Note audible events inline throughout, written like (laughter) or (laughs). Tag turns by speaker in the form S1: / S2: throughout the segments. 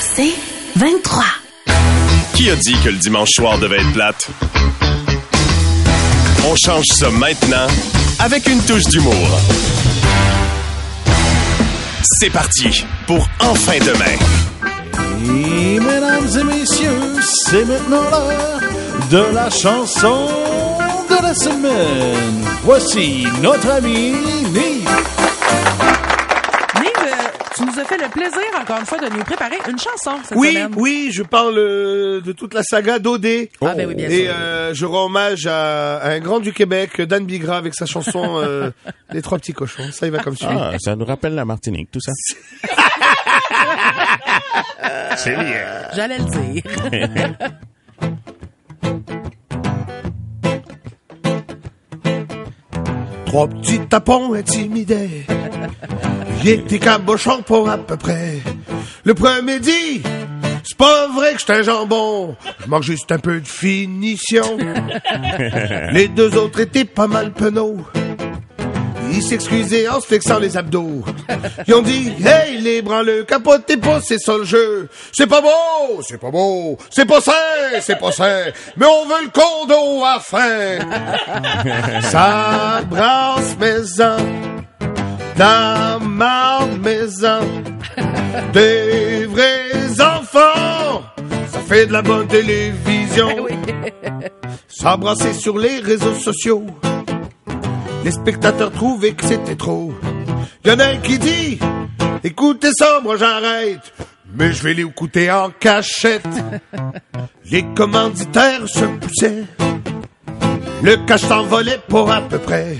S1: C'est 23.
S2: Qui a dit que le dimanche soir devait être plate? On change ça maintenant avec une touche d'humour. C'est parti pour Enfin demain.
S3: Et mesdames et messieurs, c'est maintenant l'heure de la chanson de la semaine. Voici notre ami Nive.
S4: Nive, euh, tu nous as fait le plaisir, encore une fois, de nous préparer une chanson cette
S5: Oui,
S4: semaine.
S5: oui, je parle euh, de toute la saga d'Odé.
S4: Ah, ben oui, bien
S5: Et
S4: sûr.
S5: euh, je rends hommage à, à un grand du Québec, Dan Bigra, avec sa
S4: (laughs)
S5: chanson euh, Les Trois Petits Cochons. Ça, il va comme suit.
S6: Ah, ça nous rappelle la Martinique, tout ça.
S4: J'allais le dire. (laughs)
S5: Trois petits tapons intimidés. Il était cabochon pour à peu près. Le premier dit, c'est pas vrai que j'étais un jambon. Je manque juste un peu de finition. Les deux autres étaient pas mal penauds. Ils s'excusaient en se flexant les abdos. Ils ont dit, hey, les branleux, capotez pas, c'est ça le jeu. C'est pas beau, c'est pas beau, c'est pas sain, c'est pas sain, mais on veut le condo à la fin. Ça brasse maison, la marde maison, des vrais enfants, ça fait de la bonne télévision. Ça brassait sur les réseaux sociaux, les spectateurs trouvaient que c'était trop. Y'en a un qui dit, écoutez ça, moi j'arrête, mais je vais l'écouter en cachette. Les commanditaires se poussaient. Le cash s'envolait pour à peu près.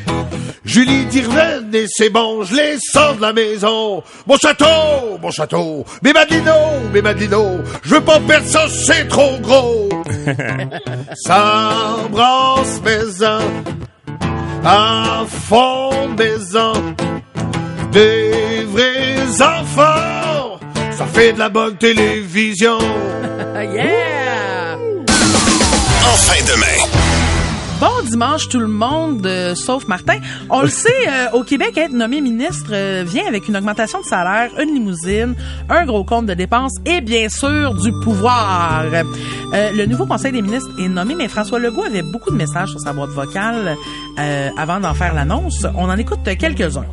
S5: Julie dit revenez, c'est bon, je les sors de la maison. Mon château, mon château, mes madelinos, mes madelinos, je veux pas perdre ça, c'est trop gros. ça brasse maison, à fond maison, des vrais enfants, ça fait de la bonne télévision.
S4: yeah!
S2: Enfin demain.
S4: Bon dimanche tout le monde, euh, sauf Martin. On le sait, euh, au Québec, être nommé ministre euh, vient avec une augmentation de salaire, une limousine, un gros compte de dépenses et bien sûr du pouvoir. Euh, le nouveau Conseil des ministres est nommé, mais François Legault avait beaucoup de messages sur sa boîte vocale euh, avant d'en faire l'annonce. On en écoute quelques-uns.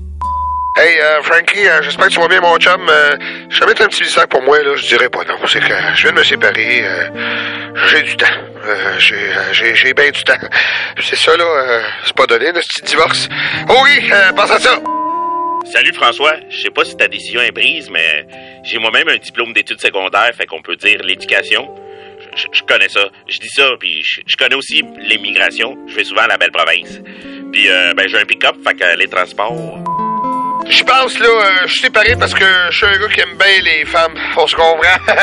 S7: Hey, euh, Frankie, euh, j'espère que tu vas bien, mon chum. Euh, je te mets un petit message pour moi, là. Je dirais pas non. C'est que je viens de me séparer. euh, j'ai du temps. Euh, j'ai, euh, j'ai, j'ai bien du temps. C'est ça, là. euh, c'est pas donné, le petit divorce. Oh oui, euh, pense à ça.
S8: Salut François, je sais pas si ta décision est prise, mais j'ai moi-même un diplôme d'études secondaires, fait qu'on peut dire l'éducation. Je- Je je connais ça, je dis ça, puis je je connais aussi l'immigration. Je vais souvent à la belle province. Puis euh, ben j'ai un pick-up, fait que les transports.
S7: Je pense, là, euh, je suis séparé parce que je suis un gars qui aime bien les femmes. On se comprend. (laughs)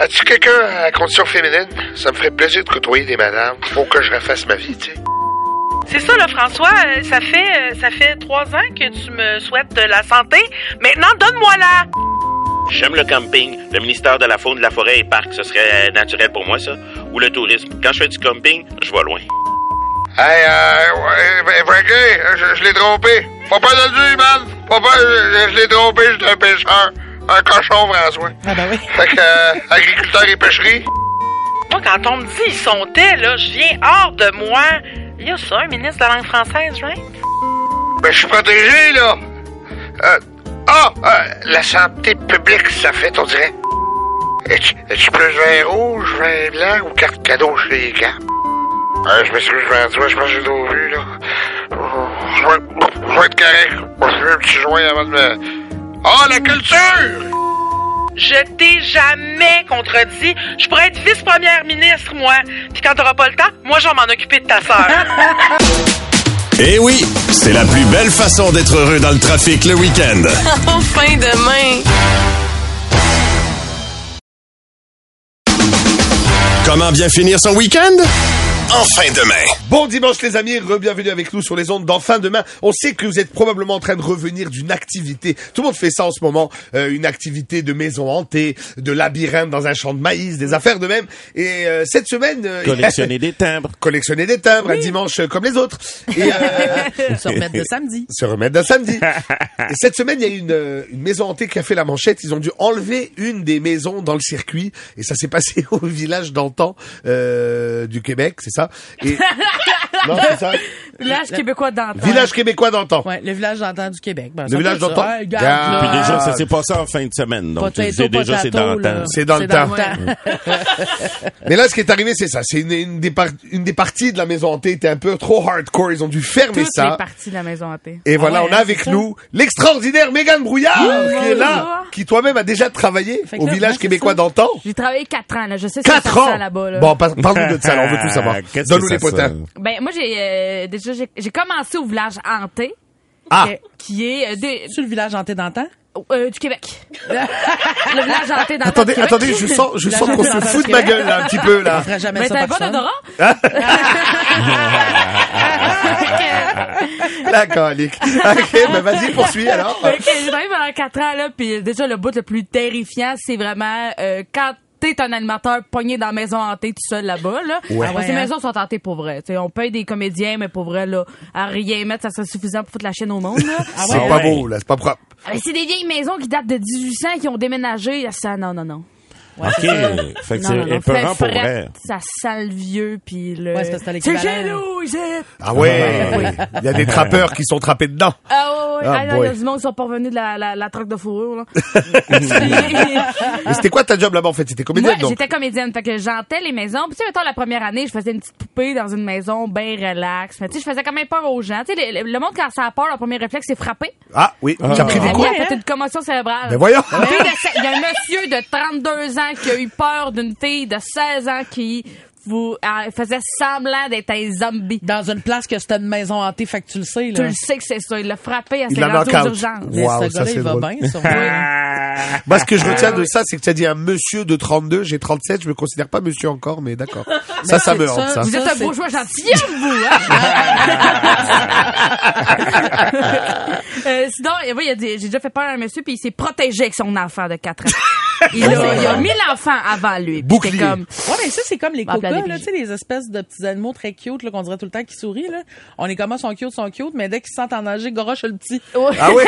S7: As-tu quelqu'un à condition féminine? Ça me ferait plaisir de côtoyer des madames. Faut que je refasse ma vie, tu sais.
S9: C'est ça, là, François. euh, Ça fait, euh, ça fait trois ans que tu me souhaites de la santé. Maintenant, donne-moi la.
S8: J'aime le camping, le ministère de la faune, de la forêt et parcs, ce serait euh, naturel pour moi ça, ou le tourisme. Quand je fais du camping, je vais loin.
S7: Hey, euh, ouais, ben, Frankie, euh, je, je l'ai trompé. Pas peur de le dire, man. Pas peur, je, je- je l'ai trompé, je suis un pêcheur. Un cochon, François.
S4: Ah ben oui.
S7: Fait que, euh, agriculteur et pêcherie.
S9: Moi, quand on me dit ils sont tels, là, je viens hors de moi. Il y a ça, un ministre de la langue française, right?
S7: Ben, je suis protégé, là. Euh, ah, euh, la santé publique, ça fait, on dirait. Es-tu es-tu plus vin rouge, vin blanc ou carte cadeau chez Gap? Euh, je m'excuse, François, je pense que j'ai trop bu, là. Je vais, je vais être correct. Je vais fumer un petit joint avant de me... Ah, la culture!
S9: Je t'ai jamais contredit. Je pourrais être vice-première ministre, moi. Puis quand t'auras pas le temps, moi, je vais m'en occuper de ta
S4: (laughs)
S9: sœur.
S2: Eh oui, c'est la plus belle façon d'être heureux dans le trafic le week-end.
S1: Enfin demain.
S2: Comment bien finir son week-end? En fin de main.
S5: Bon dimanche les amis, re-bienvenue avec nous sur les ondes d'Enfin Demain. On sait que vous êtes probablement en train de revenir d'une activité, tout le monde fait ça en ce moment, euh, une activité de maison hantée, de labyrinthe dans un champ de maïs, des affaires de même. Et euh, cette semaine... euh,
S6: Collectionner des timbres.
S5: (laughs) collectionner des timbres, un dimanche euh, comme les autres. Et, euh,
S4: Se remettre de samedi.
S5: se remettre d'un samedi. Et cette semaine, il y a une, euh, une maison hantée qui a fait la manchette. Ils ont dû enlever une des maisons dans le circuit. Et ça s'est passé (laughs) au village d'antan euh, du Québec, c'est ça
S4: (laughs)
S5: Et... Non, c'est ça.
S10: Village québécois d'antan.
S5: Village québécois d'antan.
S4: Ouais, le village d'antan du Québec. Ben,
S5: Le
S4: ça
S5: village
S4: peut être
S5: d'antan. Ah,
S4: ça. Hey, regarde,
S5: Puis
S6: Puis
S4: là.
S6: déjà, ça s'est passé en fin de semaine. Donc, tu
S4: Potato,
S6: disais déjà, c'est dans
S4: potato,
S6: le temps.
S4: là.
S5: C'est dans le temps.
S4: temps.
S5: Mais là, ce qui est arrivé, c'est ça. C'est une, une, des par- une des parties de la maison hantée était un peu trop hardcore. Ils ont dû fermer
S10: Toutes
S5: ça.
S10: les parties de la maison hantée.
S5: Et voilà,
S4: ouais,
S5: on a
S4: hein,
S5: avec
S4: c'est ça.
S5: nous l'extraordinaire Mégane Brouillard, qui est là,
S10: bonjour.
S5: qui toi-même a déjà travaillé
S4: Fait que
S5: au
S4: là,
S5: village
S4: ouais,
S5: québécois
S4: c'est ça.
S5: d'antan.
S10: J'ai travaillé quatre ans, là. Je sais ce que ça
S5: Quatre ans!
S10: sent là-bas, là.
S5: Bon, par- parle-nous de ça, là, on veut tout savoir.
S6: Euh, Qu'est-ce
S5: Donne-nous
S6: que
S5: les
S6: ça
S5: potins.
S6: sonne?
S10: Ben, moi, j'ai, euh, déjà, j'ai j'ai commencé au village hanté,
S5: Ah,
S10: euh, qui est, euh, des-
S4: (laughs) Sur le village hanté d'antan?
S10: euh, du Québec. (laughs) le village hanté dans
S5: attendez,
S10: le Québec.
S5: attendez, je sens, je
S4: La
S5: sens qu'on
S4: journée
S5: se
S4: dans
S5: fout
S4: un
S5: de ma
S4: Québec.
S5: gueule, là, un petit peu,
S4: On
S5: là.
S4: ferait jamais
S10: Ben,
S4: ça
S10: t'as pas
S4: personne.
S10: d'odorat? (laughs)
S5: (laughs) La colique. Ok, ben vas-y, poursuis, alors.
S10: Fait que j'ai travaillé pendant quatre ans, là, puis déjà, le bout le plus terrifiant, c'est vraiment euh, quand t'es un animateur pogné dans la maison hantée tout seul là-bas, là. Parce que
S4: Ouais,
S10: les
S4: hein.
S10: maisons sont hantées pour vrai. T'sais, on paye des comédiens, mais pour vrai, là, à rien mettre, ça serait suffisant pour foutre la chaîne au monde,
S4: (laughs)
S10: là.
S4: Ah.
S5: C'est
S6: ouais.
S5: pas
S6: Ouais.
S5: beau, là, c'est pas propre.
S10: Ah, mais c'est des vieilles maisons qui datent de 1800, qui ont déménagé. Ah, Ça, non, non, non.
S6: OK. Fait que
S10: non, non,
S6: c'est
S10: non.
S6: épeurant
S10: Fait
S6: pour
S10: frette,
S6: vrai.
S10: Ça sent le vieux, puis le...
S4: Ouais, c'est parce que c'est
S10: c'est
S4: l'équivalent.
S10: chez nous, ici!
S5: Ah ouais, il y a des trappeurs qui sont trappés dedans.
S10: Ah ouais, ouais,
S5: Ah,
S10: ah, non, il y a
S5: boy.
S10: du monde qui sont pas revenus de la, la, la troque de
S6: (laughs)
S10: fourrure, là. (laughs)
S5: Mais c'était quoi ta job là-bas, en fait? C'était
S10: Moi,
S5: comédienne, donc?
S10: j'étais comédienne, fait que j'hantais les maisons. Puis tu sais, mettons, la première année, je faisais une petite poupée dans une maison bien relax. Mais tu sais, je faisais quand même peur aux gens. Tu sais, le, le monde, quand ça a peur, leur premier réflexe, c'est frapper.
S5: Ah, oui, t'as pris des
S10: Puis
S5: coups.
S10: elle a fait une commotion cérébrale.
S5: Ben voyons!
S10: Une fille de se- Il y a un monsieur de 32 ans qui a eu peur d'une fille de 16 ans qui vous elle faisait semblant d'être un zombie.
S5: Ben,
S4: Dans une place que c'était une maison hantée, fait que tu le sais, là.
S10: Tu le sais que c'est ça. Il l'a frappé à
S5: euh, Il
S10: ses
S5: l'a
S10: rendue
S5: knock
S10: aux
S5: out.
S10: urgences.
S4: Mais
S5: Wow,
S4: ce
S5: ça,
S4: gars-là, il
S5: c'est
S4: va
S5: drôle.
S4: bien, sûrement.
S5: (laughs) Moi, ce que je retiens de ça, c'est que tu as dit un monsieur de 32, j'ai 37, je me considère pas monsieur encore, mais d'accord. Ça, ça me
S4: c'est
S5: hante, Ah, ça.
S4: ça.
S10: Vous êtes
S4: Ça,
S10: un
S4: c'est-
S10: bourgeois gentilhomme, vous! hein?
S5: (laughs)
S10: Euh, sinon, euh, oui, il y a des- j'ai déjà fait peur à un monsieur, puis il s'est protégé avec son enfant de 4 ans. Il a, il a mis l'enfant avant lui.
S5: Oh
S10: puis j'étais
S5: Bouclier.
S10: comme,
S4: Ouais, mais ça, c'est comme les
S10: Va appeler
S4: cocas,
S10: la
S4: là, tu
S10: DPJ.
S4: sais, les espèces de petits animaux très cute, là, qu'on dirait tout le temps qui sourient, là. On est comme, ah, sont cute, sont cute, mais dès qu'ils se sentent en nager, goroche le petit.
S5: Ah (laughs) ouais?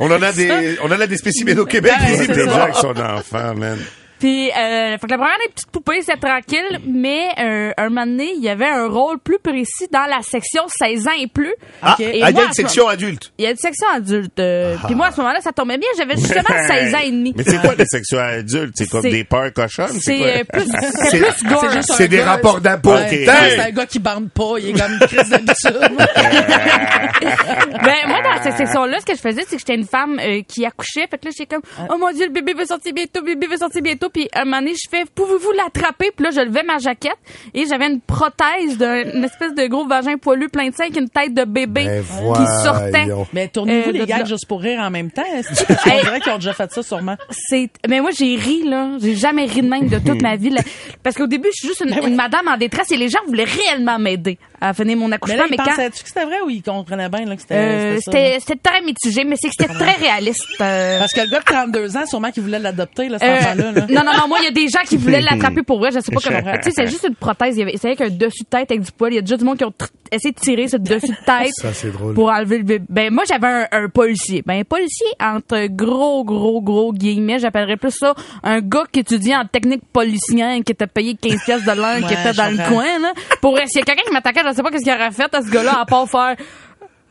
S5: on en a des, on en a des spécimens au Québec,
S4: Ouais,
S6: C'est
S5: visiblement.
S6: déjà avec son enfant, man.
S10: Puis, euh, fait que la première année, petite poupée, c'était tranquille, mais euh, un moment donné, il y avait un rôle plus précis dans la section 16 ans et plus.
S5: Ah,
S10: Et
S5: ah, il y
S10: moi,
S5: a
S10: à
S5: une
S10: ce
S5: section Ah. adulte.
S10: moment- Il y a une section adulte. euh, Puis moi, à ce moment-là, ça tombait bien, j'avais
S5: (laughs)
S10: justement 16 ans et demi.
S6: Mais c'est quoi des sexuels adultes? C'est comme
S10: C'est-
S6: des peurs cochonnes? C'est
S10: C'est euh,
S6: quoi?
S10: plus, c'est plus gore.
S4: juste un
S5: C'est des
S4: gars,
S5: rapports d'impôts.
S4: Ouais,
S6: Ok.
S4: ça, c'est un gars qui bande pas, il est comme une crise d'habitude.
S5: (laughs)
S10: Ben, moi, dans cette section-là, ce que je faisais, c'est que j'étais une femme euh, qui accouchait. Fait que là, j'étais comme, oh mon Dieu, le bébé veut sortir bientôt, le bébé veut sortir bientôt. Puis, un moment donné, je fais, pouvez-vous l'attraper? Puis là, je levais ma jaquette et j'avais une prothèse d'une espèce de gros vagin poilu plein de sein avec une tête de bébé
S5: Ben,
S10: qui sortait.
S5: voyons.
S4: mais tournez-vous,
S10: Euh,
S4: les
S10: de-
S4: gars,
S10: de-
S4: juste pour rire en même temps. est-ce que- (laughs) Parce qu'on
S10: Hey.
S4: dirait qu'ils ont déjà fait ça, sûrement.
S10: C'est, mais moi, j'ai ri, là. J'ai jamais ri de même de toute ma
S5: (laughs)
S10: vie. là. Parce qu'au début, je suis juste
S5: Ben
S10: une, une madame en détresse et les gens voulaient réellement m'aider à finir mon
S4: Mais
S10: accouchement.
S4: là,
S10: Mais,
S4: ils
S10: quand,
S4: pensaient-tu que c'était vrai ou ils comprenaient bien, là, que c'était,
S10: euh,
S4: c'était ça, là?
S10: c'était, c'était très mitigé, mais c'est que c'était
S4: (laughs)
S10: très réaliste. euh,
S4: Parce que le gars de 32 ans, sûrement qu'il voulait l'adopter, là, cet
S10: Euh,
S4: enfant-là, là.
S10: non, non, non, moi, il y a des gens qui voulaient l'attraper pour vrai, je sais pas comment.
S5: (laughs)
S10: tu sais, c'est juste une prothèse. il y avait- C'est avec un dessus de tête avec du poil. Il y a déjà du monde qui ont tr- essayé de tirer ce dessus de tête.
S5: Ça, c'est drôle.
S10: Pour enlever le bébé. Ben, moi, j'avais un, un policier. Ben, un policier, entre gros, gros, gros guillemets, j'appellerais plus ça un gars qui étudiait en technique policière, qui était payé 15 pièces de l'heure, qui
S4: Ouais,
S10: était dans
S4: je
S10: le
S4: comprends.
S10: coin, là. Pour essayer quelqu'un qui m'attaquait, je sais pas qu'est-ce qu'il aurait fait à ce gars-là, à part faire,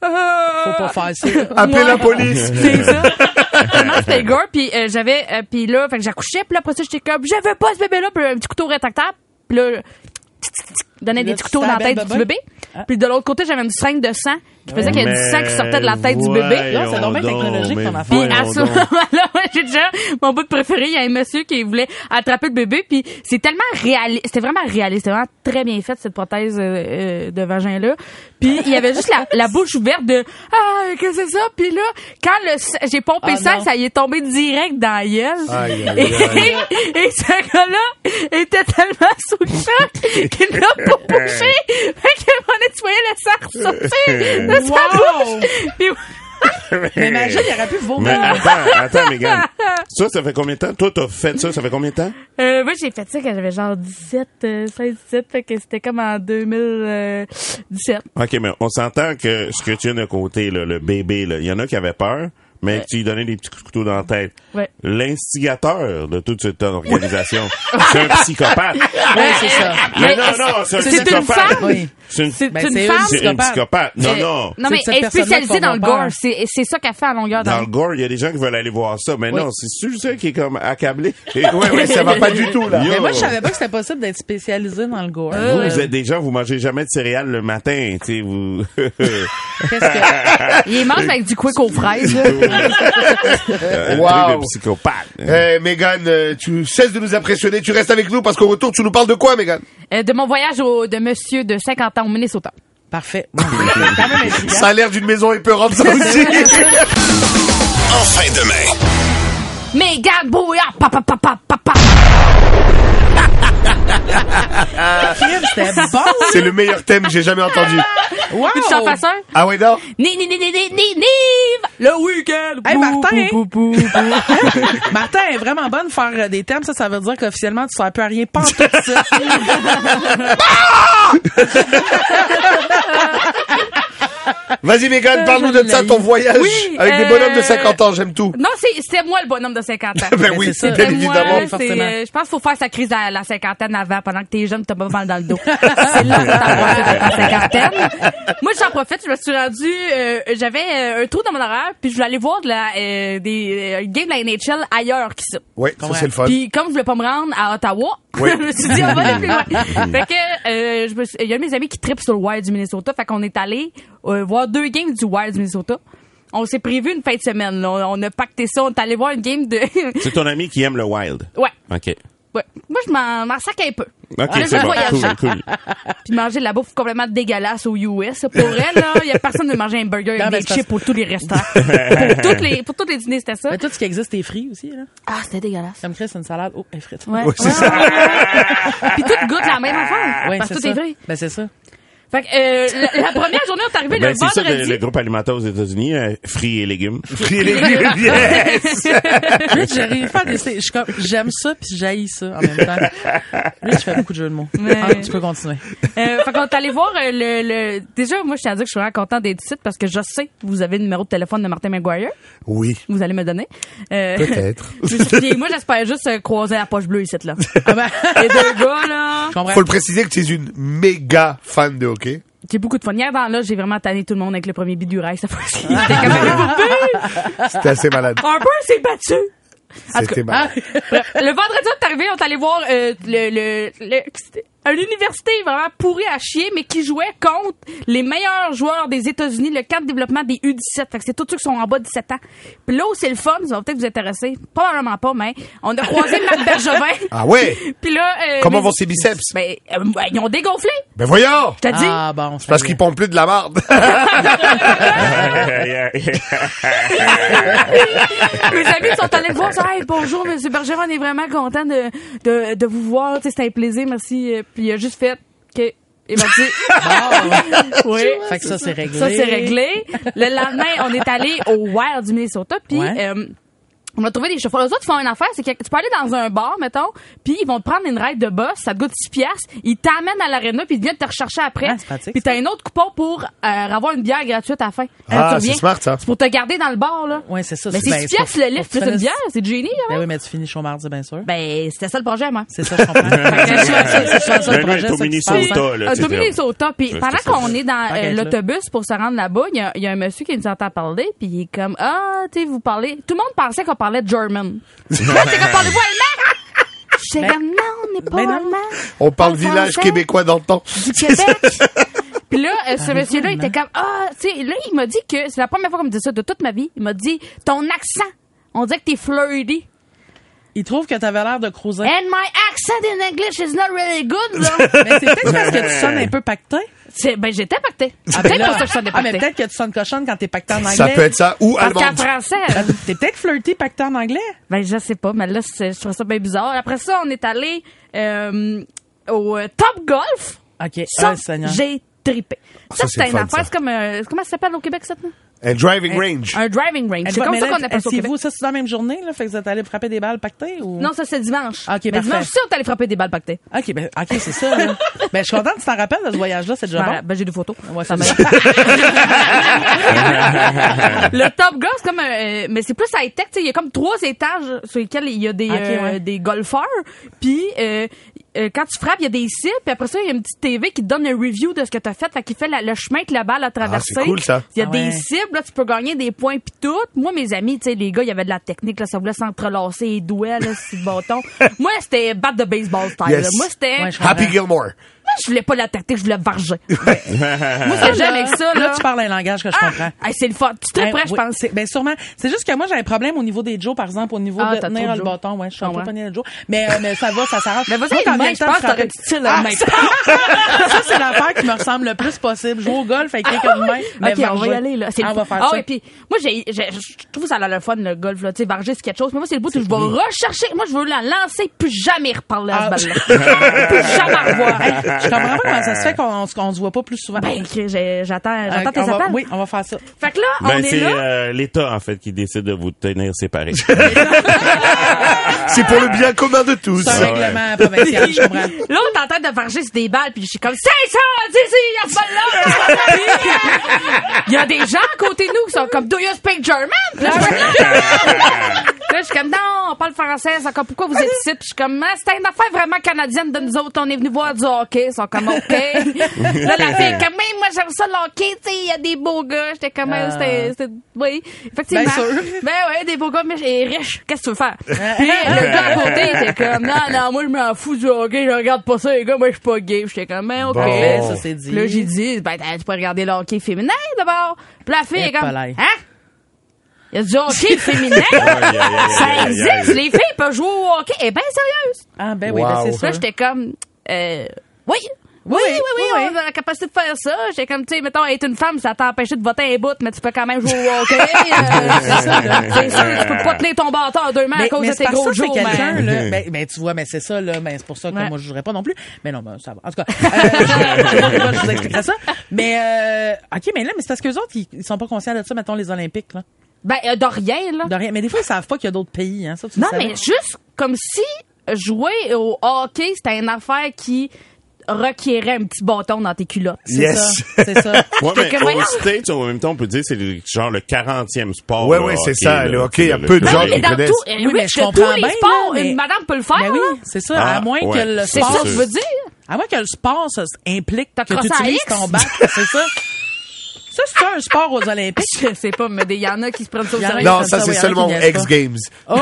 S4: Faut pas faire ça. là.
S5: Appelez
S10: Ouais.
S5: la police.
S10: (laughs) C'est ça. Vraiment, c'était gore. Puis euh, j'avais, euh, puis là, fait que j'accouchais. Puis là, après ça, j'étais comme, je veux pas ce bébé-là. Puis un petit couteau rétractable. Puis là, tic, tic, tic, donnais
S4: Là,
S10: des
S4: tu
S10: petits couteaux dans la
S4: t'appelles
S10: tête du
S4: bébé?
S10: bébé. Puis de l'autre côté, j'avais une seringue de sang. qui faisait qu'il y a du
S6: Mais
S10: sang qui sortait de la tête du bébé.
S6: voyons
S4: c'est donc bien technologique,
S6: mais
S4: ton affaire.
S10: Puis à
S6: voyons
S10: ce
S6: donc.
S10: moment-là, (laughs) moi, j'ai déjà mon bout de préféré, il y a un monsieur qui voulait attraper le bébé, puis c'est tellement réaliste, c'était vraiment réaliste, c'était vraiment très bien fait cette prothèse euh, euh, de vagin là. Puis il y avait juste la, la bouche ouverte de ah qu'est-ce que c'est ça, puis là quand le sa- j'ai pompé
S4: Ah,
S10: ça,
S4: non.
S10: ça y est tombé direct dans la gueule.
S5: Aïe,
S10: Et,
S5: aïe, aïe.
S10: et ce gars-là était tellement sous le choc qu'il n'a pas bouché. Fait que mon tu voyais le sang ressortir de sa
S4: Wow!
S10: bouche. Puis-
S4: Mais imagine, il aurait pu
S6: Mais
S4: vomir.
S6: attends, attends, Mégane. Ça, ça fait combien de temps? Toi, t'as fait ça, ça fait combien de temps?
S10: Euh, moi, j'ai fait ça quand j'avais genre 17, euh, 16, 17, fait que c'était comme en 2017.
S6: OK, mais on s'entend que ce que tu as de côté, là, le bébé, là, il y en a qui avaient peur, mais que tu lui donnais des petits coups de couteau dans la tête.
S10: Ouais.
S6: L'instigateur de toute cette organisation, (laughs) c'est un psychopathe.
S4: Oui, c'est ça.
S10: Mais
S6: Mais non,
S10: est-ce-
S6: non, c'est un
S10: c'est une
S6: psychopathe.
S10: femme? Oui.
S6: C'est une,
S10: C'est
S4: Ben,
S10: une
S4: c'est
S10: femme.
S4: une
S6: c'est une
S4: psychopathe.
S6: psychopathe. Non, non.
S10: Non,
S4: C'est
S10: mais
S4: de cette
S10: elle est
S4: personne-là
S10: spécialisée
S4: qu'on
S10: dans le
S4: va
S10: gore.
S4: faire.
S10: C'est c'est ça qu'elle fait à longueur
S6: Dans
S10: d'année.
S6: le gore, il y a des gens qui veulent aller voir ça. Mais non, c'est celui ça qui est comme
S5: (laughs)
S6: accablé. Oui,
S5: oui, ça va pas du tout, là.
S4: Mais moi, je savais pas que c'était possible d'être spécialisé dans le gore.
S10: Ah,
S6: Vous,
S4: Euh,
S6: vous êtes des gens, vous mangez jamais de céréales le matin, tu sais, vous...
S4: Qu'est-ce
S6: (laughs)
S4: que...
S10: Il mange avec du quick aux fraises. là.
S6: Un
S5: Wow.
S6: truc de psychopathe.
S5: Eh, Mégane, euh, tu cesses de nous impressionner, tu restes avec nous parce qu'au retour, tu nous parles de quoi, Mégane?
S10: Euh, de mon voyage au, de monsieur de 50 ans au Minnesota.
S4: Parfait. Bon, c'est quand même efficace.
S5: Ça a l'air d'une maison épeurante, ça
S10: (laughs)
S5: aussi.
S2: En fin de main.
S10: Méga brouillard! Pa, pa, pa, pa, pa, pa.
S4: Crime, C'était bon.
S5: C'est le meilleur thème que j'ai jamais entendu.
S4: Wow.
S10: Tu t'en fasses un?
S5: Ah ouais, non?
S10: Ni, ni, ni, ni, ni, ni, ni! Le week-end!
S4: Hey,
S10: Bou,
S4: Martin! Hein?
S10: bou, bou, bou, bou.
S4: Martin est vraiment bonne de faire euh, des thèmes. Ça, ça veut dire qu'officiellement, tu ne sers plus à rien. Pas en tout
S10: (laughs)
S4: ça.
S5: Vas-y,
S4: Euh,
S5: Mégane, parle-nous de ça, ton voyage
S10: Oui,
S5: avec des
S10: euh,
S5: bonhommes de 50 ans, j'aime tout.
S10: Non, c'est- c'était moi le bonhomme de 50 ans.
S5: (laughs) Ben oui,
S4: c'est ça.
S5: bien
S10: Moi,
S5: évidemment.
S10: c'est,
S4: Forcément.
S10: euh, je pense qu'il faut faire sa crise à la cinquantaine avant, pendant que t'es jeune, t'as pas mal dans
S4: (laughs)
S10: le dos. c'est là que t'as fait ta cinquantaine. Moi, j'en profite, je me suis rendue, euh, j'avais euh, un trou dans mon horaire, puis je voulais aller voir de la, euh, des euh, games de la NHL ailleurs qu'ici.
S5: Oui, ça, c'est le fun.
S10: Puis comme je voulais pas me rendre à Ottawa, (laughs)
S5: Oui.
S10: je me suis dit on va aller
S6: (laughs)
S10: plus loin. fait que euh, je me suis- il y a un de mes amis qui tripe sur le Wild du Minnesota, fait qu'on est allé euh, voir deux games du Wild du Minnesota. On s'est prévu une fin de semaine. là. On, on a pacté ça. On est allé voir une game de. (laughs)
S6: C'est ton ami qui aime le wild.
S10: ouais,
S6: OK.
S10: ouais. Moi, je m'en m'en sac un peu.
S6: OK,
S10: Là, je
S6: c'est
S10: vais
S6: bon.
S10: voyager.
S6: Cool, (laughs) cool.
S10: Puis manger de la bouffe complètement dégueulasse aux US. Pour elle, là, il y a personne de manger un burger
S4: Non, mais
S10: avec
S4: c'est
S10: des
S4: parce-
S10: chips pour tous les restaurants.
S6: (laughs)
S10: pour toutes les pour tous les dîners, c'était ça.
S4: Mais tout ce qui existe est frit aussi. Là.
S10: Ah, c'était dégueulasse.
S4: Comme Chris, une salade. Oh, elle frite.
S10: Ouais.
S5: Ouais, c'est ça.
S10: (laughs) Puis tout goûte la même affaire.
S4: Ouais,
S10: parce que
S4: c'est
S10: tout est
S4: ça.
S10: vrai.
S4: Ben, c'est ça.
S10: Fait que, euh, la, la première journée, on est arrivé
S6: Ben,
S10: le
S6: c'est ça
S10: vendredi.
S6: le, le groupe alimentaire aux États-Unis, euh, fruits et
S5: (laughs)
S6: légumes.
S5: Puis les légumes, yeah.
S4: (laughs) Lui, j'arrive pas à décider. Je suis comme, j'aime ça puis j'haïs ça en même temps. Lui, je fais beaucoup de jeux de mots.
S10: Ouais.
S4: Ah, tu peux continuer.
S10: Euh, fait qu'on est allé voir euh, le, le- Déjà, moi, je tiens à dire que je suis vraiment content d'être ici parce que je sais que vous avez le numéro de téléphone de Martin McGuire.
S5: Oui,
S10: Vous allez me donner. Euh,
S5: peut-être.
S10: (laughs) Puis moi, j'espère juste euh, croiser la poche bleue ici, là.
S4: Ah
S10: (laughs)
S4: ben,
S10: Les deux gars, là.
S4: je comprends.
S5: Faut le préciser que tu es une méga fan de hockey.
S10: J'ai beaucoup de fun. Hier, dans là, j'ai vraiment tanné tout le monde avec le premier bid du rail, cette fois-ci. J'étais comme, Hey, poupée!
S5: C'était assez malade.
S10: Harper s'est battu! En tout cas,
S5: C'était
S4: Ah, hein?
S5: malade.
S10: Bref, le vendredi, on est arrivé, on est allé voir euh, le, le, le- c'était une université vraiment pourrie à chier, mais qui jouait contre les meilleurs joueurs des États-Unis, le camp de développement des U17. Fait que c'est tous ceux qui sont en bas de 17 ans. Puis là où c'est le fun, ça va peut-être vous intéresser. Probablement pas, mais on
S5: (laughs)
S10: a croisé Marc Bergevin.
S5: Ah ouais?
S10: (laughs) Puis là... euh,
S5: Comment
S10: mais-
S5: vont ses biceps?
S10: Ben, euh, ben, ils ont dégonflé,
S5: Ben voyons!
S10: je te dis.
S4: Ah, bon. ça
S5: Parce
S4: y est.
S5: qu'ils pompent plus de la marde.
S6: (laughs)
S10: (laughs) Mes amis sont allés le voir. ça, Hey, bonjour, Monsieur Bergeron, on est vraiment content de, de, de vous voir. Tu sais, C'était un plaisir, merci. Euh, Puis il a juste fait que.
S4: (laughs)
S10: Et parti. oui.
S4: Fait que ça, c'est réglé.
S10: Ça, c'est réglé. Le lendemain, on est allé au Wild du Minnesota. Puis.
S4: Ouais.
S10: euh, on a trouvé des chauffeurs. Eux autres, ils font une affaire, c'est que tu peux aller dans un bar, mettons, puis ils vont te prendre une ride de bus, ça te coûte 6 piastres, ils t'amènent à l'aréna, puis ils viennent te rechercher après.
S4: Ah, c'est pratique,
S10: puis t'as un autre coupon pour euh, avoir une bière gratuite à la fin.
S5: Ah,
S10: Quand tu
S5: c'est
S10: reviens,
S5: smart, ça.
S10: C'est pour te garder dans le bar, là.
S4: Ouais, c'est ça.
S10: Mais c'est
S4: ben,
S10: 6 piastres
S4: pour-
S10: le
S4: pour
S10: lift plus
S4: finir-
S10: une bière, c'est génie, là.
S4: Ben oui, mais tu finis chaud mardi, bien sûr.
S10: Ben, c'était ça le projet, moi.
S4: C'est ça, je comprends. c'est souvent ça, c'est souvent ça,
S6: Ben,
S4: le projet,
S6: nous, on est
S4: ça
S6: au
S4: qui se passe,
S6: Minnesota.
S4: hein.
S6: là,
S10: Euh,
S6: tu sais,
S10: Dominique est au top. Puis
S6: Ouais,
S10: pendant
S6: c'est ça.
S10: qu'on est dans euh,
S4: T'inquiète, là.
S10: l'autobus pour se rendre là-bas, il y a- il y, a un monsieur qui nous entend parler, puis il est comme Ah, tu sais, vous parlez. Tout le monde pensait qu'on parlait German.
S6: (laughs)
S10: Là, c'est qu'on parlait pas allemand. J'étais comme Non, on n'est pas
S4: ben non.
S10: allemand.
S5: On parle
S10: On
S5: village
S10: pensait
S6: (laughs)
S5: québécois d'antan.
S10: Du Québec. Puis là, euh, ce monsieur-là, il était comme, ah, tu sais, là, il m'a dit que, c'est la première fois qu'on me dit ça de toute ma vie, il m'a dit, ton accent, on dirait que t'es flirty.
S4: Il trouve que t'avais l'air de cruiser.
S10: And my accent in English is not really good, là.
S4: (laughs) Mais c'est peut-être parce que tu sonnes un peu pactin.
S10: (laughs) C'est, ben, j'étais
S4: (laughs)
S10: pacté.
S4: Ah,
S10: peut-être
S4: ben là-
S10: pour ça que je sonnais
S4: Ah, mais
S10: pacté.
S4: peut-être Ah, que tu sonnes cochonne quand t'es pacté en anglais.
S5: Ça peut être ça, ou
S10: Parce qu'en
S5: allemande.
S4: (laughs)
S10: français,
S4: T'es peut-être flirté pacté en anglais.
S10: Ben, je sais pas, mais là, c'est- je trouve ça bien bizarre. Après ça, on est allé euh, au euh, Top Golf.
S4: OK.
S10: Ça,
S4: Ah, Seigneur. Ah,
S10: j'ai trippé.
S5: ça,
S10: Ça,
S5: c'est
S10: c'était
S5: le
S10: une
S5: fun,
S10: affaire,
S5: ça.
S10: c'est comme un- Comment ça s'appelle au Québec, ça? non?
S5: Un Eh,
S4: Eh,
S5: driving range.
S10: Un driving range.
S4: Elle
S10: C'est
S4: va-
S10: comme
S4: mais
S10: ça
S4: là,
S10: qu'on appelle
S4: est-ce
S10: ça au
S4: que
S10: Québec.
S4: vous, ça, c'est dans la même journée, là? Fait que vous êtes allé frapper des balles pactées ou?
S10: Non, ça, c'est dimanche.
S4: Ok,
S10: mais
S4: parfait.
S10: dimanche, ça, t'allais frapper des balles pactées.
S4: OK, ben, OK, c'est ça,
S10: (laughs)
S4: là. Ben, je suis contente que tu t'en rappelles de ce voyage-là, c'est déjà
S10: Ben,
S4: bon.
S10: ben, j'ai des photos.
S4: Ouais,
S10: Ça
S4: c'est (laughs)
S10: m'a- le Top Golf, c'est comme un, euh, mais c'est plus high tech. Il y a comme trois étages sur lesquels il y a des
S4: Ok,
S10: euh,
S4: ouais.
S10: des golfeurs. Puis euh, euh, quand tu frappes, il y a des cibles. Puis après ça, il y a une petite TV qui te donne un review de ce que t'as fait. Fait qu'il fait la- le chemin que la balle a traversé.
S5: c'est cool, ça.
S10: Il y a
S4: Ah
S10: des
S4: ouais.
S10: cibles. Là, tu peux gagner des points puis tout. Moi, mes amis, tu sais, les gars, il y avait de la technique. Là, ça voulait s'entrelacer les doigts là, sur le
S4: (laughs)
S10: bâton. Moi, c'était batte de baseball style.
S5: Yes.
S10: là. Moi, c'était
S4: Ouais, je
S5: Happy Gilmore.
S10: moi, (laughs) je voulais pas la tactique, je voulais varger. Moi, ce que j'aime avec ça, là.
S4: Là, tu parles un langage que je
S10: Ah! Hein,
S4: comprends.
S10: Hey, c'est le fun. Tu te
S4: Ben,
S10: prêts, je
S4: oui,
S10: pense.
S4: c'est- Ben sûrement. C'est juste que moi j'ai un problème au niveau des Joe, par exemple, au niveau
S10: Ah,
S4: de
S10: t'as
S4: tenir
S10: trop de
S4: le
S10: Joe.
S4: bâton. Ouais, je suis
S10: Ah
S4: un peu
S10: ouais.
S4: pognée de Joe. Mais, euh, mais ça va, ça s'arrange.
S10: Mais vas-y,
S4: Moi, quand
S10: les
S4: vient
S10: mains,
S4: le
S10: je
S4: temps
S10: pense
S4: de
S10: que t'aurais
S4: frapper-
S10: du style,
S4: Ah,
S10: les mains.
S4: ça, ça, c'est l'affaire qui me ressemble le plus possible. Jouer au golf avec quelqu'un de main. mais
S10: Ah (laughs) Ok, on va y
S4: varger.
S10: aller, là. C'est
S4: Ah,
S10: le
S4: on va
S10: fun.
S4: faire
S10: ah,
S4: ça.
S10: ouais, puis moi, j'ai, j'ai- je trouve ça a le fun, le golf, là. Tu sais, varger, c'est quelque chose. Mais moi, c'est le bout où je vais rechercher. Moi, je veux la lancer, plus jamais reparler à
S4: Ah.
S10: (laughs) ce balle-là. plus jamais revoir.
S4: Hey, je comprends pas comment ça se fait qu'on se- qu'on se voit pas plus souvent.
S10: Ben, ok, j'ai- j'attends,
S4: Euh,
S10: j'attends
S4: on
S10: tes
S4: va-
S10: appels.
S4: Oui, on va faire ça.
S10: Fait que là, on
S6: Ben,
S10: est
S6: c'est
S10: là.
S6: euh, l'État, en fait, qui décide de vous tenir (laughs) séparés.
S4: Ah.
S5: C'est pour le bien commun de tous.
S4: C'est un
S6: ouais.
S4: règlement provincial, je comprends.
S10: Là, on est en train de varger sur des balles, puis je suis comme 500, dis y a ce balle-là! Il y a des gens à côté de nous qui sont comme Do you speak German? Puis Là, je suis comme, Là, je suis comme non, on parle français. C'est comme pourquoi vous êtes ici? Puis je suis comme Ah, c'était une affaire vraiment canadienne de nous autres. On est venu voir du hockey. Ils sont comme OK. là, la fille est comme mais moi j'aime ça le hockey. Tu sais, il y a des beaux gars. J'étais comme Ah, c'était, c'était, oui, effectivement.
S4: Bien sûr.
S10: (laughs) Ben ouais, des beaux gars, mais et riches. Qu'est-ce que tu
S4: (laughs)
S10: veux faire? Puis le gars à côté était comme non, non, moi je m'en fous du hockey. Je regarde pas ça les gars. Moi je suis pas gay. Puis J'étais comme mais OK.
S4: Parfait, Ben, ça, c'est dit.
S10: Puis Là j'ai dit ben t'as- tu peux regarder le hockey féminin d'abord. Puis la fille est comme
S4: Épalaille.
S10: hein? Il y a
S4: (laughs)
S10: du hockey féminin.
S6: Aïe, aïe, aïe, aïe,
S10: Ça
S6: aïe, aïe, aïe.
S10: existe, les filles peuvent jouer au hockey. Eh bien, sérieuse.
S4: Ah, ben oui, ben,
S5: Wow.
S4: c'est
S10: Là,
S4: ça.
S10: j'étais comme, euh, oui. Oui, oui, oui,
S4: oui.
S10: on a la capacité de faire ça. J'étais comme, tu sais, mettons, être une femme, ça t'a empêché de voter un bout, mais tu peux quand même jouer
S4: (laughs)
S10: au hockey. euh, c'est ça, là. C'est sûr, tu peux pas tenir ton bâton en deux mains à cause de
S4: c'est
S10: tes
S4: parce
S10: gros
S4: que c'est
S10: jours,
S4: quelqu'un,
S10: mais...
S4: là. Ben, ben, tu vois, mais c'est ça, là. Ben, c'est pour ça que
S10: Ouais.
S4: moi, je jouerais pas non plus. Mais non, ben, ça va. En
S10: (laughs)
S4: tout cas, euh, (laughs) je, je vous expliquerai ça. Mais, euh, OK, mais là, mais c'est parce qu'eux autres, ils, ils sont pas conscients de ça, mettons, les Olympiques, là.
S10: Ben, euh, de rien, là.
S4: De rien. Mais des fois, ils savent pas qu'il y a d'autres pays, hein. Ça, tu le
S10: Non,
S4: savais?
S10: mais juste comme si jouer au hockey, c'était une affaire qui requérait un petit bâton dans tes culottes.
S4: C'est
S5: Yes.
S4: ça. C'est ça.
S5: (laughs)
S6: Ouais,
S10: Fait que
S6: mais
S10: voyons.
S6: aux States, en même temps, on peut dire que c'est le- genre le 40e sport.
S5: Ouais,
S6: le
S5: ouais, c'est
S6: hockey,
S5: ça, le hockey, il y a
S6: le-
S5: peu de
S6: le-
S5: gens
S10: Ben,
S5: Genre, (laughs)
S10: mais
S5: ils
S10: dans
S5: connaissent.
S10: tout, euh,
S4: Eh Oui, mais
S10: Rich,
S4: je
S10: de tous
S4: comprends
S10: les
S4: bien,
S10: sports,
S4: là, mais-
S10: une madame peut le faire,
S4: Ben
S10: là.
S4: oui, c'est ça. à
S6: Ah,
S4: moins
S6: ouais.
S4: que le
S10: C'est ça
S4: sport.
S10: que je veux dire.
S4: À moins que le sport ça, s- implique
S10: T'as
S4: que tu
S10: crossé à
S4: utilises
S10: X?
S4: ton bat. (laughs) C'est ça. Ça, c'est un sport aux Olympiques.
S10: Je sais pas, mais il y en a qui se prennent ça au
S4: Y en a
S10: sérieux.
S4: qui-
S5: Non,
S4: comme
S5: ça,
S4: ça,
S5: c'est
S4: oui,
S5: seulement
S4: il y en a qui
S5: X
S4: niaisent
S5: Games.
S10: (laughs)
S4: (laughs)
S10: Oh!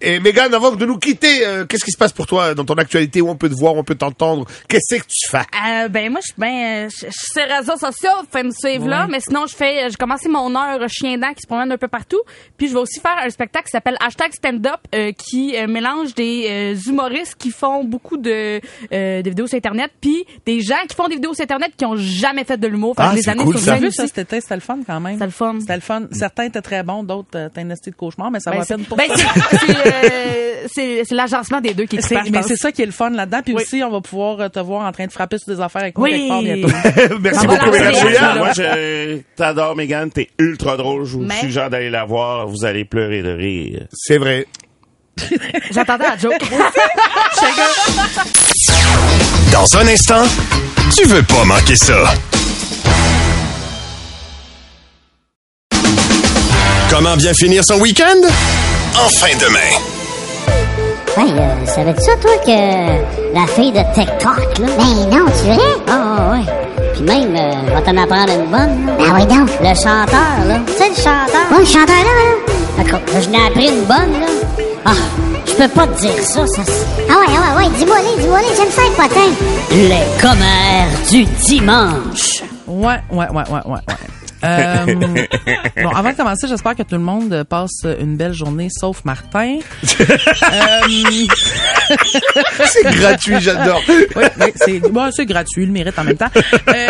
S5: Et Megan, avant de nous quitter, euh, qu'est-ce qui se passe pour toi dans ton actualité où on peut te voir, on peut t'entendre Qu'est-ce que tu fais (laughs)
S10: Euh, ben moi, je suis ben, euh, je- je suis sur les réseaux sociaux, fais me suivre là, mais sinon je fais, j'ai commencé mon heure chien dent qui se promène un peu partout, puis je vais aussi faire un spectacle qui s'appelle hashtag Stand Up euh, qui euh, mélange des euh, humoristes qui font beaucoup de, euh, de vidéos sur internet, puis des gens qui font des vidéos sur internet qui ont jamais fait de l'humour, Fait que
S5: Ah,
S10: les
S5: c'est
S10: années
S5: cool,
S10: sur
S5: ça.
S4: T'as
S10: les années
S4: vu ça
S10: aussi.
S4: cet été, c'était le fun quand même.
S10: C'était le fun.
S4: C'était le fun. Certains étaient très bons, d'autres euh, t'as un esti de cauchemar, mais ça
S10: Ben,
S4: va
S10: c'est
S4: peine pour
S10: ben,
S4: toi.
S10: c'est- c'est, euh, c'est- c'est l'agencement
S4: (laughs)
S10: des deux qui est
S4: C'est-
S10: trippant, je
S4: mais
S10: pense.
S4: c'est ça qui est le fun là-dedans. Puis
S10: Oui.
S4: aussi, on va pouvoir euh, te voir en train de frapper sur des affaires avec nous
S10: Oui.
S4: quelque part bientôt.
S5: Merci
S10: Ah, voilà,
S5: beaucoup, Megan
S10: c'est-
S5: Chouillard.
S6: Moi, je t'adore, (laughs) Megan. T'es ultra drôle. Je vous
S10: Mais-
S6: suggère d'aller la voir. Vous allez pleurer de rire.
S5: C'est vrai.
S10: J'attendais la
S4: (laughs)
S10: joke.
S2: Dans un instant, tu veux pas manquer ça. Comment bien finir son week-end? En fin de main.
S11: Ouais, euh, savais-tu ça, toi, que la fille de TikTok, là? Ben non, tu verrais? Ah, ouais. Puis même, euh, je vais t'en apprendre une bonne. Ben oui, donc.
S12: hein.
S11: Le chanteur, là. Tu sais, le chanteur. Oui, le chanteur, là, là. En tout cas, je n'ai appris une bonne, là. Ah, je peux pas te dire ça, ça. se-
S12: Ah ouais, ouais, ouais, dis-moi les, dis-moi les, j'aime ça être patin.
S11: Les commères du dimanche.
S4: Ouais, ouais, ouais, ouais, ouais. ouais. Euh, bon, avant de commencer, j'espère que tout le monde euh, passe une belle journée, sauf Martin.
S6: (laughs)
S5: C'est gratuit, j'adore.
S4: oui, oui, c'est bon, c'est gratuit, le mérite en même temps. Euh,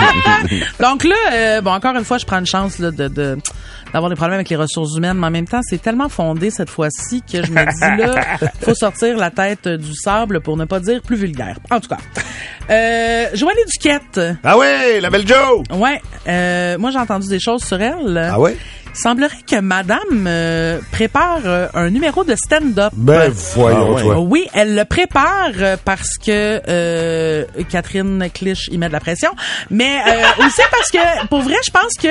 S4: (laughs) Donc là, euh, bon, encore une fois, je prends une chance là, de, de- d'avoir des problèmes avec les ressources humaines, mais en même temps, c'est tellement fondé cette fois-ci que je me dis là, faut sortir la tête du sable pour ne pas dire plus vulgaire. En tout cas, euh, Joanie Duquette.
S5: Ah ouais, la belle Joe.
S4: Ouais, euh, moi j'ai entendu des choses sur elle.
S5: Ah ouais?
S4: Il semblerait que Madame euh, prépare euh, un numéro de stand-up.
S5: Ben, voyons,
S4: Ah
S5: toi.
S4: Oui, elle le prépare euh, parce que euh, Catherine Clich y met de la pression, mais euh, aussi parce que, pour vrai, je pense que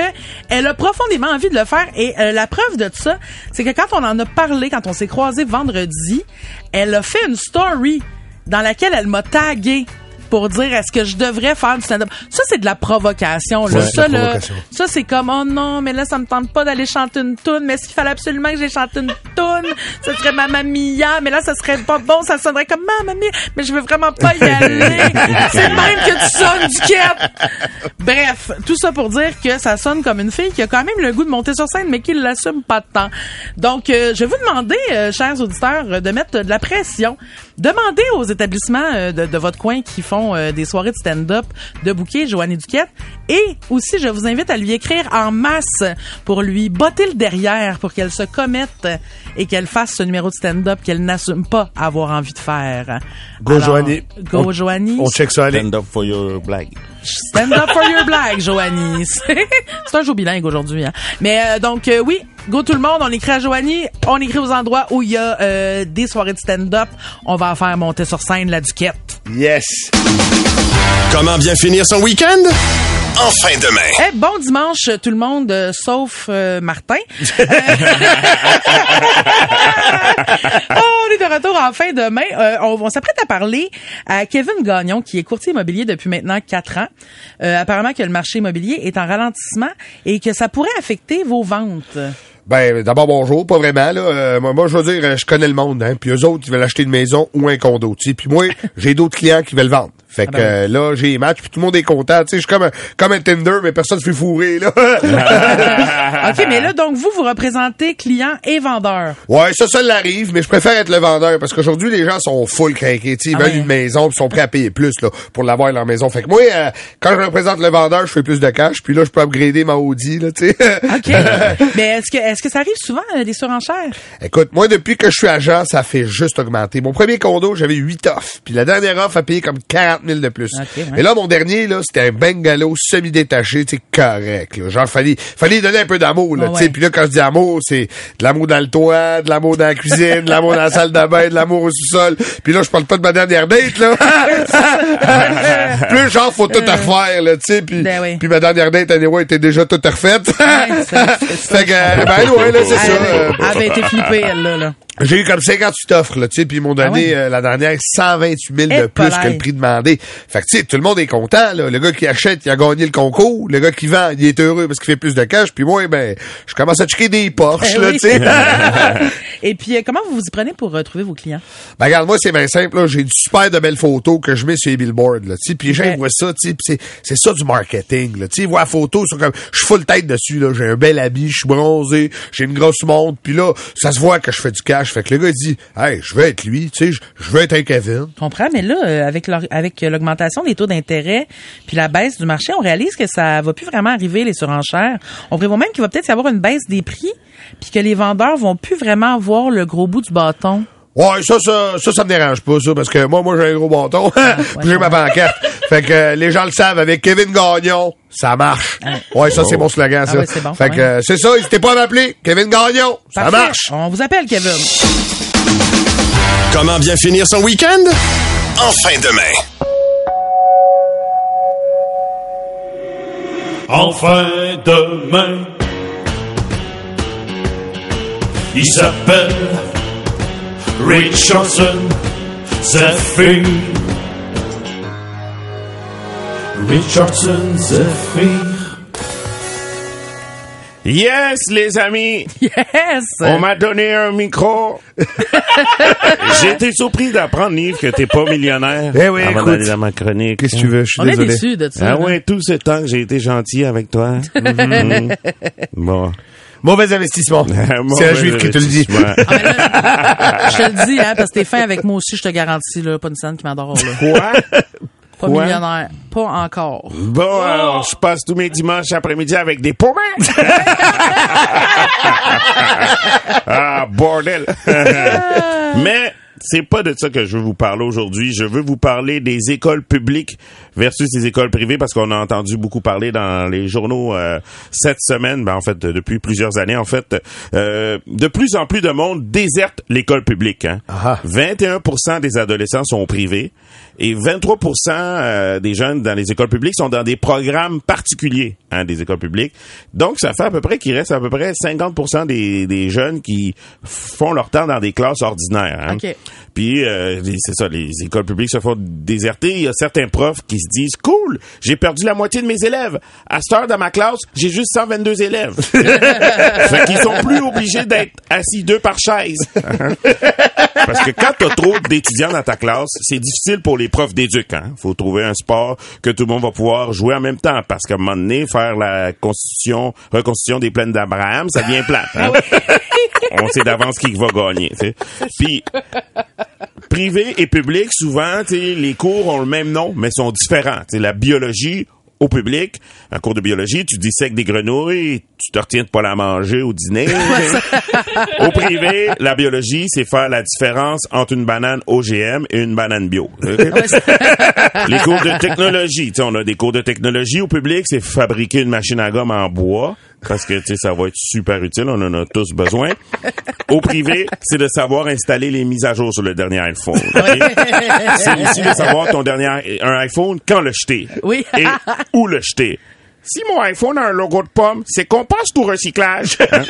S4: elle a profondément envie de le faire. Et euh, la preuve de ça, c'est que quand on en a parlé, quand on s'est croisés vendredi, elle a fait une story dans laquelle elle m'a tagué pour dire est-ce que je devrais faire du stand-up. Ça, c'est de la provocation. Là.
S13: Ouais,
S4: ça,
S13: de la
S4: là,
S13: provocation.
S4: ça, c'est comme, oh non, mais là, ça me tente pas d'aller chanter une toune, mais s'il fallait absolument que j'aille chanter une toune, ce serait Mamma Mia, mais là, ça serait pas bon, ça sonnerait comme Mamma Mia, mais je veux vraiment pas
S13: (laughs)
S4: y aller. c'est le même que tu sonnes du cap. Bref, tout ça pour dire que ça sonne comme une fille qui a quand même le goût de monter sur scène, mais qui l'assume pas de temps. Donc, euh, je vais vous demander, euh, chers auditeurs, euh, de mettre euh, de la pression. Demandez aux établissements euh, de, de votre coin qui font euh, des soirées de stand-up de bouquet Joanne Duquette. Et aussi, je vous invite à lui écrire en masse pour lui botter le derrière, pour qu'elle se commette et qu'elle fasse ce numéro de stand-up qu'elle n'assume pas avoir envie de faire.
S5: Go,
S4: Alors,
S5: Joanie.
S4: Go,
S5: On-
S4: Joanie.
S5: On check ça, allez.
S6: Stand up for your blague.
S4: Stand up for your blague, Joanie. (laughs) C'est c'est un jour bilingue aujourd'hui. hein. Mais euh, donc, euh, oui, go tout le monde, on écrit à Joanie, on écrit aux endroits où il y a euh, des soirées de stand-up. On va faire monter sur scène la duquette.
S5: Yes.
S2: Comment bien finir son week-end? En fin de main.
S4: Eh, bon dimanche tout le monde, euh, sauf euh, Martin.
S5: (laughs)
S4: Euh, (laughs) Oh, on est de retour en fin de main. Euh, on on s'apprête à parler à Kevin Gagnon, qui est courtier immobilier depuis maintenant quatre ans. Euh, apparemment que le marché immobilier est en ralentissement et que ça pourrait affecter vos
S5: (laughs)
S4: ventes.
S5: Ben, d'abord, bonjour, pas vraiment, là. Euh, moi, moi, je veux dire, euh, je connais le monde, hein. Puis eux autres, ils veulent acheter une maison ou un condo, tu sais. Puis moi, j'ai d'autres clients qui veulent vendre. Fait que
S14: Ah ben oui.
S5: euh, là, j'ai les matchs, puis tout le monde est content, tu sais. Je suis comme, un- comme un Tinder, mais personne se fait fourrer, là.
S4: OK, mais là, donc, vous, vous représentez clients et vendeurs.
S5: Ouais, ça, ça l'arrive, mais je préfère être le vendeur parce qu'aujourd'hui, les gens sont full craqués. tu sais, Ils
S4: Ah
S5: veulent
S4: ouais.
S5: une maison puis ils sont prêts à payer plus là, pour l'avoir leur maison. Fait que moi, euh, quand je représente le vendeur, je fais plus de cash, puis là, je peux upgrader ma Audi. Là, tu sais. (laughs)
S4: OK. mais est-ce que, est-ce que ça arrive souvent, euh, des surenchères?
S5: Écoute, moi, depuis que je suis agent, ça fait juste augmenter. Mon premier condo, j'avais 8 offres, puis la dernière offre a payé comme 40 000 de plus.
S14: Ok, ouais.
S5: Et là, mon dernier, là, c'était un bungalow semi-détaché, tu sais, correct. Là. Genre, fallait, fallait donner un peu d'amour, là,
S14: Ouais,
S5: tu
S14: Ah
S5: sais.
S14: ouais.
S5: Puis là, quand je dis amour, c'est de l'amour dans le toit, de l'amour dans la cuisine, de l'amour dans la salle de bain, de l'amour au sous-sol. Puis là, je parle pas de ma dernière date,
S14: (laughs)
S5: là. Plus genre, faut tout refaire, là, tu sais. Puis,
S14: Ben oui.
S5: puis ma dernière date, anyway, était déjà toute refaite. (laughs) fait que, euh, ben ouais, là, c'est ça. euh,
S4: Elle avait été flippée, ben, elle, là. là.
S5: j'ai eu comme 58 offres, là, tu sais, puis ils m'ont donné
S4: Ah ouais?
S5: euh, la dernière 128 000
S4: Eh,
S5: de plus que
S4: palais.
S5: le prix demandé. Fait que, tu sais, tout le monde est content, là. Le gars qui achète, il a gagné le concours. Le gars qui vend, il est heureux parce qu'il fait plus de cash. Puis moi, ben, je commence à checker des Porsche,
S4: Eh
S5: là,
S4: oui. (laughs)
S5: tu sais.
S4: Et puis, euh, comment vous vous y prenez pour euh, trouver vos clients?
S5: Ben, regarde, moi, c'est bien simple, là. J'ai une super de belles photos que je mets sur les billboards, là, tu sais. Puis les gens, ils voient ça, tu sais. puis c'est, c'est ça du marketing, là. Tu sais, ils voient la photo, ils sont comme, je suis full tête dessus, là. J'ai un bel habit, je suis bronzé, j'ai une grosse montre. Puis là, ça se voit que je fais du cash. Fait que le gars, il dit, hey, je veux être lui, tu sais, je- je veux être un Kevin.
S4: Je comprends, mais là, euh, avec leur- avec euh, l'augmentation des taux d'intérêt puis la baisse du marché, on réalise que ça va plus vraiment arriver, les surenchères. On prévoit même qu'il va peut-être y avoir une baisse des prix puis que les vendeurs vont plus vraiment voir le gros bout du bâton.
S5: Ouais, ça, ça, ça, ça me dérange pas, ça, parce que moi, moi, j'ai un gros bâton,
S14: Ah,
S5: puis (laughs) j'ai ma pancarte. fait que euh, les gens le savent, avec Kevin Gagnon, ça marche. Ouais, ça, c'est
S14: Oh.
S5: mon slogan,
S14: Ah
S5: ça.
S14: ouais, c'est bon,
S5: fait
S14: quand
S5: que
S14: même.
S5: euh, c'est ça, n'hésitez pas à m'appeler, Kevin Gagnon, ça
S4: Parfait.
S5: marche.
S4: On vous appelle, Kevin.
S2: Comment bien finir son week-end? En fin de main.
S3: Enfin demain. Il s'appelle Richardson Zephyr. Richardson Zephyr.
S6: Yes, les amis!
S4: Yes!
S6: On m'a donné un
S5: (laughs)
S6: micro! J'ai été surpris d'apprendre, Yves, que t'es pas millionnaire.
S5: Eh oui,
S6: avant
S5: écoute.
S6: d'aller dans ma chronique. Qu'est-ce
S5: que tu veux? Je suis On est désolé. déçus de ça,
S6: Ah
S5: là.
S6: ouais, tout ce temps que j'ai été gentil avec
S5: (laughs)
S6: toi. Mhm. Bon.
S5: Mauvais investissement. C'est un juif qui te le
S4: (laughs)
S5: dit. (laughs)
S4: Je te le dis, hein, parce que t'es fin avec moi aussi, je te garantis, là, pas une scène qui m'adore, là.
S6: Quoi?
S4: Pas
S6: Quoi?
S4: millionnaire. Pas encore.
S6: Bon, alors, je passe tous mes dimanches après-midi avec des pommettes. (laughs) ah, bordel. (laughs) Mais c'est pas de ça que je veux vous parler aujourd'hui. Je veux vous parler des écoles publiques versus les écoles privées parce qu'on a entendu beaucoup parler dans les journaux euh, cette semaine, ben, en fait, de- depuis plusieurs années. En fait, euh, de plus en plus de monde déserte l'école publique. hein. 21 des adolescents sont privés et 23 euh, des jeunes dans les écoles publiques sont dans des programmes particuliers hein, des écoles publiques. Donc, ça fait à peu près qu'il reste à peu près 50 des, des jeunes qui font leur temps dans des classes ordinaires. hein.
S4: OK.
S6: Puis, euh, les- c'est ça, les écoles publiques se font déserter. Il y a certains profs qui se disent « Cool, j'ai perdu la moitié de mes élèves. À cette heure, dans ma classe, j'ai juste 122 élèves. » Fait qu'ils sont plus obligés d'être assis deux par chaise. Parce que quand t'as trop d'étudiants dans ta classe, c'est difficile pour les profs d'éduc. Hein? Faut trouver un sport que tout le monde va pouvoir jouer en même temps. Parce qu'à un moment donné, faire la constitution, reconstitution des plaines d'Abraham, ça devient plate. hein. On sait d'avance qui va gagner. tu sais. Puis privé et public, souvent, tu sais, les cours ont le même nom, mais sont différents. Tu sais, la biologie au public, un cours de biologie, tu dissèques des grenouilles, tu te retiens de pas la manger au dîner. au privé, la biologie, c'est faire la différence entre une banane OGM et une banane bio. les cours de technologie, tu sais, on a des cours de technologie au public, c'est fabriquer une machine à gomme en bois parce que tu sais, ça va être super utile, on en a tous besoin. Au privé, c'est de savoir installer les mises à jour sur le dernier iPhone. ok? c'est aussi de savoir ton dernier un iPhone quand le jeter.
S4: (laughs) Oui.
S6: Et où le jeter. Si mon iPhone a un logo de pomme, c'est qu'on passe tout recyclage. Hein?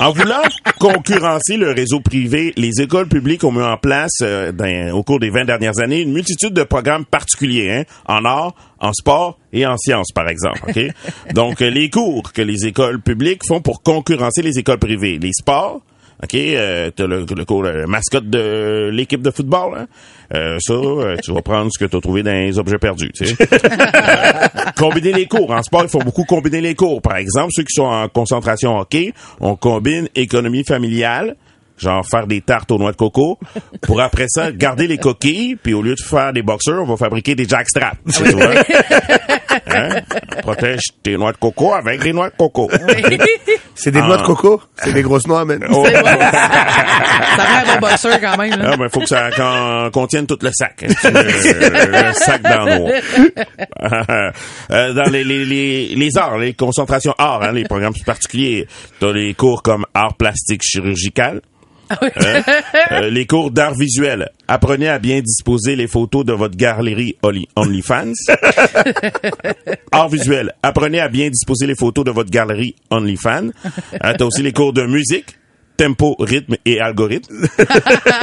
S6: en voulant concurrencer le réseau privé, les écoles publiques ont mis en place, euh, dans- au cours des 20 dernières années, une multitude de programmes particuliers hein, en art, en sport et en sciences, par exemple. ok? Donc, euh, les cours que les écoles publiques font pour concurrencer les écoles privées, les sports, OK, euh, t'as le, le cours, euh, mascotte de l'équipe de football. hein. Euh, ça, euh, tu vas prendre ce que t'as trouvé dans les objets perdus. tu sais. combiner les cours. En sport, il faut beaucoup combiner les cours. Par exemple, ceux qui sont en concentration hockey, on combine économie familiale, genre faire des tartes aux noix de coco, pour après ça garder les coquilles, puis au lieu de faire des boxeurs, on va fabriquer des jackstraps. Tu vois? Hein? Protège tes noix de coco avec des noix de coco.
S5: C'est des noix de coco? C'est des grosses noix, man.
S6: Oh.
S4: Ça fait un bon boxeur quand même, là.
S6: Ah, ben, faut que ça con- contienne tout le sac. hein. C'est le, le sac dans le noir. Euh, dans les, les, les, les arts, les concentrations arts, hein, les programmes particuliers, t'as les cours comme art plastique chirurgical. hein, euh, les cours d'art visuel. Apprenez à bien disposer les photos de votre galerie Only- OnlyFans. Art visuel. Apprenez à bien disposer les photos de votre galerie OnlyFans. Euh, T'as aussi les cours de musique, tempo, rythme et algorithme.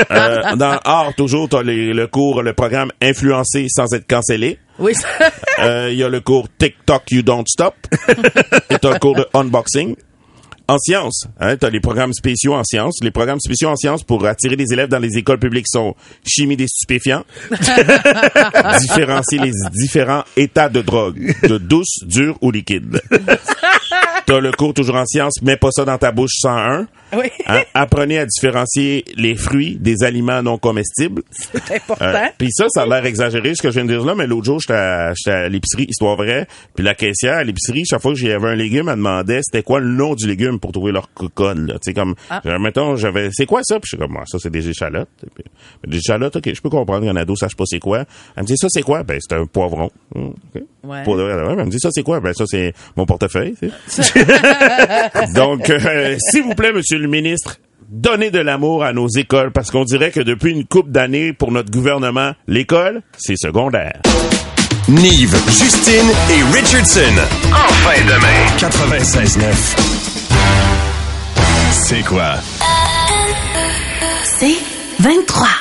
S6: Euh, dans art, toujours, t'as les- le cours, le programme influencé sans être cancellé.
S4: (laughs) Oui, ça-
S6: Euh, Il y a le cours TikTok You Don't Stop. Et t'as le cours de unboxing. En sciences, hein, t'as les programmes spéciaux en sciences. Les programmes spéciaux en sciences pour attirer des élèves dans les écoles publiques sont chimie des stupéfiants, différencier les différents états de drogue, de douce, dure ou liquide. T'as le cours toujours en sciences, mets pas ça dans ta bouche 101.
S4: Oui.
S6: Hein, apprenez à différencier les fruits des aliments non comestibles.
S4: C'est important.
S6: Euh, Puis ça, ça a l'air exagéré ce que je viens de dire là, mais l'autre jour, j'étais à, j'étais à l'épicerie, histoire vraie, puis la caissière à l'épicerie, chaque fois que j'avais un légume, elle demandait c'était quoi le nom du légume pour trouver leur coconne. là. Tu sais, comme, genre, mettons, j'avais, c'est quoi ça? Puis je suis comme, Ah, ça, c'est des échalotes. Et puis, des échalotes, ok, je peux comprendre qu'un ado sache pas c'est quoi. Elle me dit, ça, c'est quoi? Ben, c'est un poivron. Hum, ok.
S4: Ouais.
S6: Pour de vrai, elle me dit, ça, c'est quoi? Ben, ça, c'est mon portefeuille. tu sais. (laughs) Donc, euh, s'il vous plaît, Monsieur le ministre, donnez de l'amour à nos écoles parce qu'on dirait que depuis une coupe d'années, pour notre gouvernement, l'école, c'est secondaire.
S2: Nive, Justine et Richardson. Enfin demain. 96.9. C'est quoi?
S1: C'est 23.